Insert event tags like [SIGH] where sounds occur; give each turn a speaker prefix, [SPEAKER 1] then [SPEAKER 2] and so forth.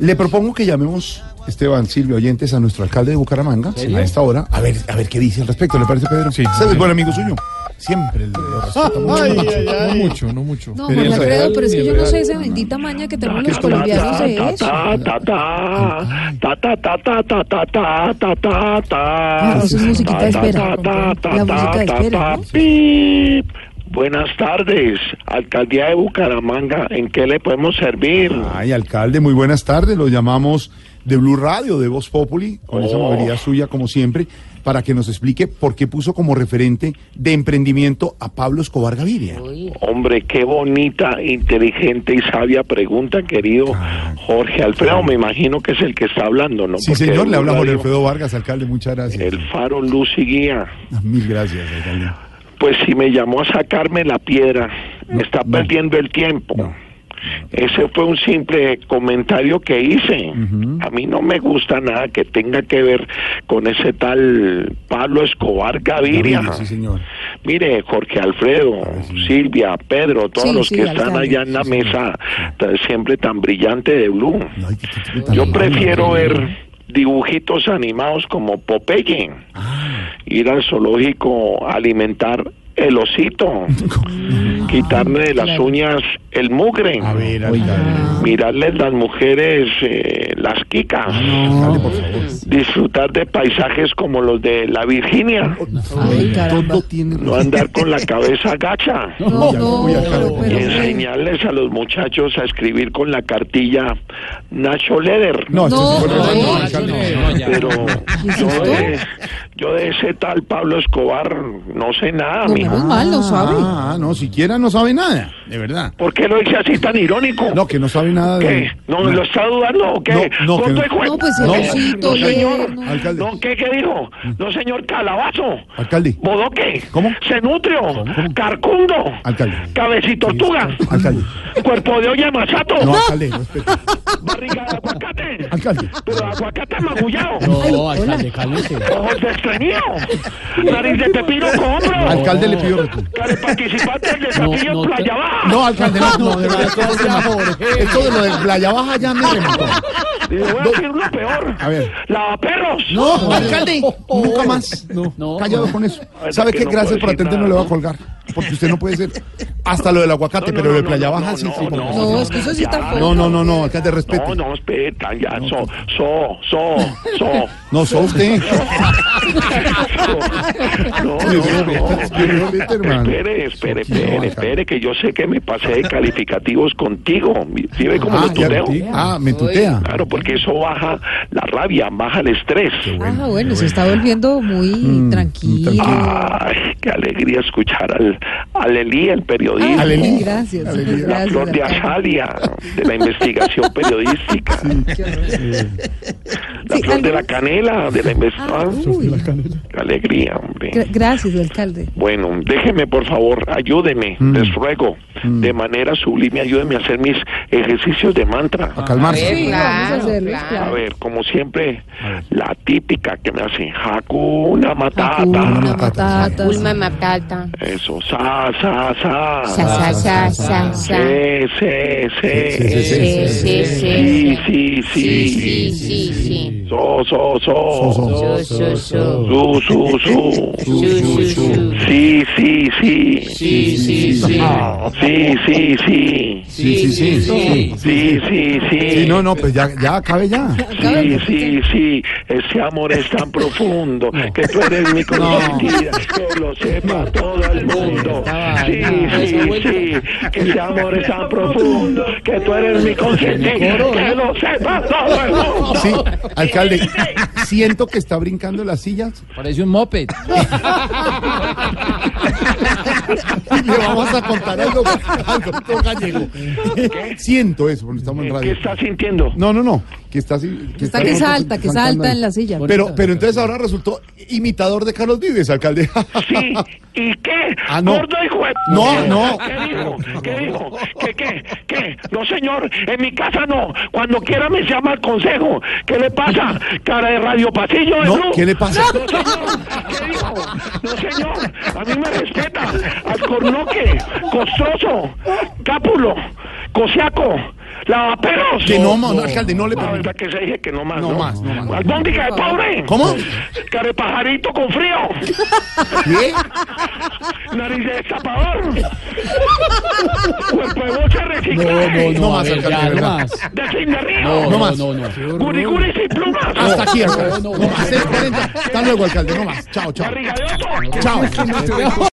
[SPEAKER 1] Le propongo que llamemos, Esteban Silvio Oyentes, a nuestro alcalde de Bucaramanga a esta hora, a ver, a ver qué dice al respecto. ¿Le parece, Pedro?
[SPEAKER 2] Sí.
[SPEAKER 1] Usted es buen amigo suyo. Siempre
[SPEAKER 2] [LAUGHS]
[SPEAKER 1] lo respetamos.
[SPEAKER 2] Ay, No mucho, no mucho.
[SPEAKER 3] No,
[SPEAKER 1] Pero
[SPEAKER 3] Juan
[SPEAKER 1] eso-
[SPEAKER 3] Alfredo, pero es que yo no sé esa bendita maña que tenemos los colombianos de eso.
[SPEAKER 4] Buenas tardes, alcaldía de Bucaramanga, ¿en qué le podemos servir?
[SPEAKER 1] Ay, alcalde, muy buenas tardes. Lo llamamos de Blue Radio, de Voz Populi, con esa
[SPEAKER 4] Oh.
[SPEAKER 1] movilidad suya, como siempre, para que nos explique por qué puso como referente de emprendimiento a Pablo Escobar Gaviria.
[SPEAKER 4] Hombre, qué bonita, inteligente y sabia pregunta, querido Jorge Alfredo, me imagino que es el que está hablando, ¿no?
[SPEAKER 1] Sí,
[SPEAKER 4] Porque
[SPEAKER 1] señor, le
[SPEAKER 4] Blue
[SPEAKER 1] hablamos de
[SPEAKER 4] Radio,
[SPEAKER 1] Alfredo Vargas, alcalde, muchas gracias.
[SPEAKER 4] El faro, luz y guía.
[SPEAKER 1] Ah, Mil gracias, alcalde.
[SPEAKER 4] Pues si me llamó a sacarme la piedra, me está
[SPEAKER 1] no.
[SPEAKER 4] perdiendo el tiempo.
[SPEAKER 1] No.
[SPEAKER 4] Ese fue un simple comentario que hice. A mí no me gusta nada que tenga que ver con ese tal Pablo Escobar Gaviria.
[SPEAKER 1] Gaviria, sí, señor.
[SPEAKER 4] Mire, Jorge Alfredo,
[SPEAKER 1] ver, sí.
[SPEAKER 4] Silvia, Pedro, todos
[SPEAKER 3] Sí,
[SPEAKER 4] los
[SPEAKER 3] sí,
[SPEAKER 4] que están
[SPEAKER 3] alcalde.
[SPEAKER 4] allá en la
[SPEAKER 1] Sí,
[SPEAKER 4] mesa, tan- siempre tan brillante de Blue.
[SPEAKER 1] Ay, qué tipo tan
[SPEAKER 4] Yo
[SPEAKER 1] malo,
[SPEAKER 4] prefiero
[SPEAKER 1] alcalde.
[SPEAKER 4] ver dibujitos animados como Popeye,
[SPEAKER 1] Ah,
[SPEAKER 4] ir al zoológico a alimentar el osito,
[SPEAKER 1] [LAUGHS]
[SPEAKER 4] quitarme de las
[SPEAKER 3] claro.
[SPEAKER 4] uñas el mugre,
[SPEAKER 1] a ver, alcalde.
[SPEAKER 4] mirarles las mujeres eh, las quicas,
[SPEAKER 1] Ah, Alcalde, por favor.
[SPEAKER 4] disfrutar de paisajes como los de la Virginia,
[SPEAKER 3] Ay, caramba.
[SPEAKER 1] Todo tiene
[SPEAKER 4] no andar con la cabeza gacha.
[SPEAKER 3] No,
[SPEAKER 1] Ya,
[SPEAKER 3] no,
[SPEAKER 1] uy, alcalde,
[SPEAKER 3] pero,
[SPEAKER 1] por favor.
[SPEAKER 4] Y
[SPEAKER 3] pero,
[SPEAKER 4] enseñarles a los muchachos a escribir con la cartilla Nacho Leder.
[SPEAKER 1] No, esto
[SPEAKER 3] No,
[SPEAKER 1] se vuelve
[SPEAKER 3] no,
[SPEAKER 1] loco,
[SPEAKER 3] no,
[SPEAKER 1] alcalde.
[SPEAKER 4] Pero
[SPEAKER 3] es
[SPEAKER 4] yo
[SPEAKER 3] esto?
[SPEAKER 4] de, yo de ese tal Pablo Escobar no sé nada,
[SPEAKER 3] No,
[SPEAKER 4] mijo.
[SPEAKER 3] menos mal, no sabe.
[SPEAKER 1] Ah, no, siquiera no sabe nada, de verdad.
[SPEAKER 4] ¿Por qué lo hice así tan irónico?
[SPEAKER 1] No, que no sabe nada
[SPEAKER 4] ¿Qué?
[SPEAKER 1] de...
[SPEAKER 4] ¿No, lo está dudando o qué?
[SPEAKER 1] No, no, que
[SPEAKER 4] ¿Gordo
[SPEAKER 1] no.
[SPEAKER 4] de jue-
[SPEAKER 3] No, pues eh.
[SPEAKER 1] No,
[SPEAKER 3] el osito,
[SPEAKER 4] no,
[SPEAKER 3] leer,
[SPEAKER 4] señor.
[SPEAKER 3] no.
[SPEAKER 1] Alcalde. Mm.
[SPEAKER 4] No, ¿qué, qué dijo? No, señor Calabazo.
[SPEAKER 1] Alcalde.
[SPEAKER 4] Bodoque.
[SPEAKER 1] ¿Cómo?
[SPEAKER 4] Cenutrio.
[SPEAKER 1] ¿Cómo?
[SPEAKER 4] Carcundo.
[SPEAKER 1] Alcalde.
[SPEAKER 4] Cabecitortuga.
[SPEAKER 1] Alcalde.
[SPEAKER 4] Cuerpo de olla masato.
[SPEAKER 1] No, alcalde, respete.
[SPEAKER 4] Barriga de aguacate.
[SPEAKER 1] Alcalde.
[SPEAKER 4] Pero aguacate magullado.
[SPEAKER 5] No, alcalde, cálmese.
[SPEAKER 4] Ojos de estreñido. Nariz de pepino con hombro.
[SPEAKER 1] Alcalde le pido respeto.
[SPEAKER 4] Participante
[SPEAKER 1] [LAUGHS]
[SPEAKER 4] del desafío
[SPEAKER 5] no,
[SPEAKER 4] Playa Baja.
[SPEAKER 1] No, alcalde, no, no, de verdad, esto se mató. Esto de lo de playa baja ya me remató.
[SPEAKER 4] Le voy a decir lo peor.
[SPEAKER 1] A ver.
[SPEAKER 4] Lavaperros.
[SPEAKER 1] No, alcalde, nunca más. No,
[SPEAKER 5] no.
[SPEAKER 1] callado con eso.
[SPEAKER 4] Ay,
[SPEAKER 1] ¿Sabe
[SPEAKER 4] que
[SPEAKER 1] qué?
[SPEAKER 4] no
[SPEAKER 1] Gracias
[SPEAKER 4] puedo
[SPEAKER 1] por
[SPEAKER 4] decir
[SPEAKER 1] atenderme,
[SPEAKER 4] nada,
[SPEAKER 1] le voy a
[SPEAKER 4] ¿no?
[SPEAKER 1] colgar. Porque usted no puede ser. Hasta lo del aguacate,
[SPEAKER 4] No, no,
[SPEAKER 1] pero lo de
[SPEAKER 4] no,
[SPEAKER 1] playa
[SPEAKER 4] no,
[SPEAKER 1] baja
[SPEAKER 4] no,
[SPEAKER 1] sí,
[SPEAKER 4] no,
[SPEAKER 1] sí. por
[SPEAKER 4] no,
[SPEAKER 1] favor.
[SPEAKER 3] No, es que eso sí está fuerte.
[SPEAKER 1] No, no, no, no, alcalde, respete.
[SPEAKER 4] No, no, espera, ya, so, so, so, so.
[SPEAKER 1] [LAUGHS] No, soy usted.
[SPEAKER 4] No, no,
[SPEAKER 1] [LAUGHS] Dios mío,
[SPEAKER 4] no.
[SPEAKER 1] Dios mío, hermano.
[SPEAKER 4] Espere,
[SPEAKER 1] Soquino,
[SPEAKER 4] espere, espere,
[SPEAKER 1] alcalde.
[SPEAKER 4] espere, que yo sé que me pasé de calificativos contigo. ¿Sí ve cómo
[SPEAKER 1] Ah, ya
[SPEAKER 4] me
[SPEAKER 1] me
[SPEAKER 4] tuteo?
[SPEAKER 1] tutea. Ah, me tutea.
[SPEAKER 4] Claro, porque eso baja la rabia, baja el estrés.
[SPEAKER 3] Ah, bueno, se está volviendo
[SPEAKER 4] Mm,
[SPEAKER 3] muy tranquilo.
[SPEAKER 4] Ay, qué alegría escuchar al, al Elí, el periodista.
[SPEAKER 3] Ay,
[SPEAKER 1] Aleluya.
[SPEAKER 3] gracias,
[SPEAKER 1] Aleluya.
[SPEAKER 4] La
[SPEAKER 3] gracias.
[SPEAKER 4] flor de
[SPEAKER 3] alcalde.
[SPEAKER 4] Azalia, de la investigación periodística. La
[SPEAKER 3] Sí,
[SPEAKER 4] flor de la
[SPEAKER 3] algo-
[SPEAKER 4] canela, de la
[SPEAKER 3] Ah,
[SPEAKER 4] investigación.
[SPEAKER 3] uy,
[SPEAKER 4] Qué alegría, hombre.
[SPEAKER 3] gra- gracias, alcalde.
[SPEAKER 4] Bueno, déjeme por favor, ayúdeme, les ruego, de manera sublime, ayúdeme a hacer mis ejercicios de mantra.
[SPEAKER 1] A calmarse.
[SPEAKER 3] Sí, vamos a hacerlo,
[SPEAKER 4] A
[SPEAKER 3] claro.
[SPEAKER 4] ver, como siempre, la típica que me hacen, Hakuna Matata.
[SPEAKER 3] Hakuna
[SPEAKER 1] Matata.
[SPEAKER 3] Matata.
[SPEAKER 6] Pulma matata.
[SPEAKER 4] Eso, sa, sa, sa. Eh,
[SPEAKER 6] Sa, sa, sa, sa, sa.
[SPEAKER 4] Sí, sí,
[SPEAKER 1] Sí,
[SPEAKER 4] sí.
[SPEAKER 1] sí,
[SPEAKER 6] Sí, sí, sí.
[SPEAKER 4] eh. Sí, sí,
[SPEAKER 6] Sí,
[SPEAKER 4] sí.
[SPEAKER 6] sí, sí, sí.
[SPEAKER 4] So, so,
[SPEAKER 1] So,
[SPEAKER 4] so.
[SPEAKER 1] Oh, so.
[SPEAKER 6] Su, su, su.
[SPEAKER 4] Su, su, su.
[SPEAKER 6] Su, su, su.
[SPEAKER 4] Sí, sí, sí. Ah,
[SPEAKER 6] Sí, sí, sí.
[SPEAKER 1] Sí,
[SPEAKER 4] Sí, sí, sí.
[SPEAKER 1] sí, sí.
[SPEAKER 5] Sí.
[SPEAKER 4] Sí, sí, sí.
[SPEAKER 1] Sí, no, no, pues ya, ya, acabe ya.
[SPEAKER 4] Sí, sí, sí, ese amor es tan profundo que tú eres mi consentida, que lo sepa todo el mundo. Sí, sí, sí, que ese amor es tan profundo que tú eres mi consentida, que lo sepa todo el mundo.
[SPEAKER 1] Sí, alcalde, siento que está brincando las sillas.
[SPEAKER 5] Parece un moped.
[SPEAKER 1] [LAUGHS] Le vamos a contar algo al doctor Gallego. Siento eso, porque estamos en
[SPEAKER 4] ¿Qué
[SPEAKER 1] radio.
[SPEAKER 4] estás sintiendo?
[SPEAKER 1] No, no, no, que está así. Que
[SPEAKER 3] Está que salta, que salta en la silla.
[SPEAKER 1] Pero, pero entonces ahora resultó imitador de Carlos Vives, alcalde. [LAUGHS]
[SPEAKER 4] Sí, ¿y qué?
[SPEAKER 1] Ah, no.
[SPEAKER 4] Gordo y jue-
[SPEAKER 1] No, no.
[SPEAKER 4] ¿Qué dijo? ¿Qué dijo? ¿Qué, qué? ¿Qué? No, señor, en mi casa no. Cuando quiera me llama al consejo. ¿Qué le pasa? Cara de radio pasillo de
[SPEAKER 1] No,
[SPEAKER 4] Blue.
[SPEAKER 1] ¿qué le pasa?
[SPEAKER 4] No, señor. ¿Qué dijo? No, señor. A mí me respeta. Al cornoque, costroso, cápulo, Cosiaco, lavaperos.
[SPEAKER 1] Que no, no, alcalde, no le
[SPEAKER 4] La
[SPEAKER 1] permito.
[SPEAKER 4] verdad que se dije que no más.
[SPEAKER 1] No
[SPEAKER 4] No,
[SPEAKER 1] más, no más.
[SPEAKER 4] Albóndiga de pobre.
[SPEAKER 1] ¿Cómo?
[SPEAKER 4] Carepajarito con frío.
[SPEAKER 1] ¿Qué?
[SPEAKER 4] Nariz de destapador. Cuerpo de bocha reciclaje.
[SPEAKER 1] No más, alcalde,
[SPEAKER 5] ya,
[SPEAKER 1] de
[SPEAKER 5] no
[SPEAKER 1] verdad.
[SPEAKER 5] más.
[SPEAKER 4] De cinderrío.
[SPEAKER 1] No, no más.
[SPEAKER 5] No, no.
[SPEAKER 4] Guriguris sin plumas.
[SPEAKER 1] Hasta aquí, alcalde.
[SPEAKER 5] No, no,
[SPEAKER 1] No más. 6:40. Hasta luego, alcalde. No más. Chao, chao.
[SPEAKER 4] Barriga de oso.
[SPEAKER 1] Chao.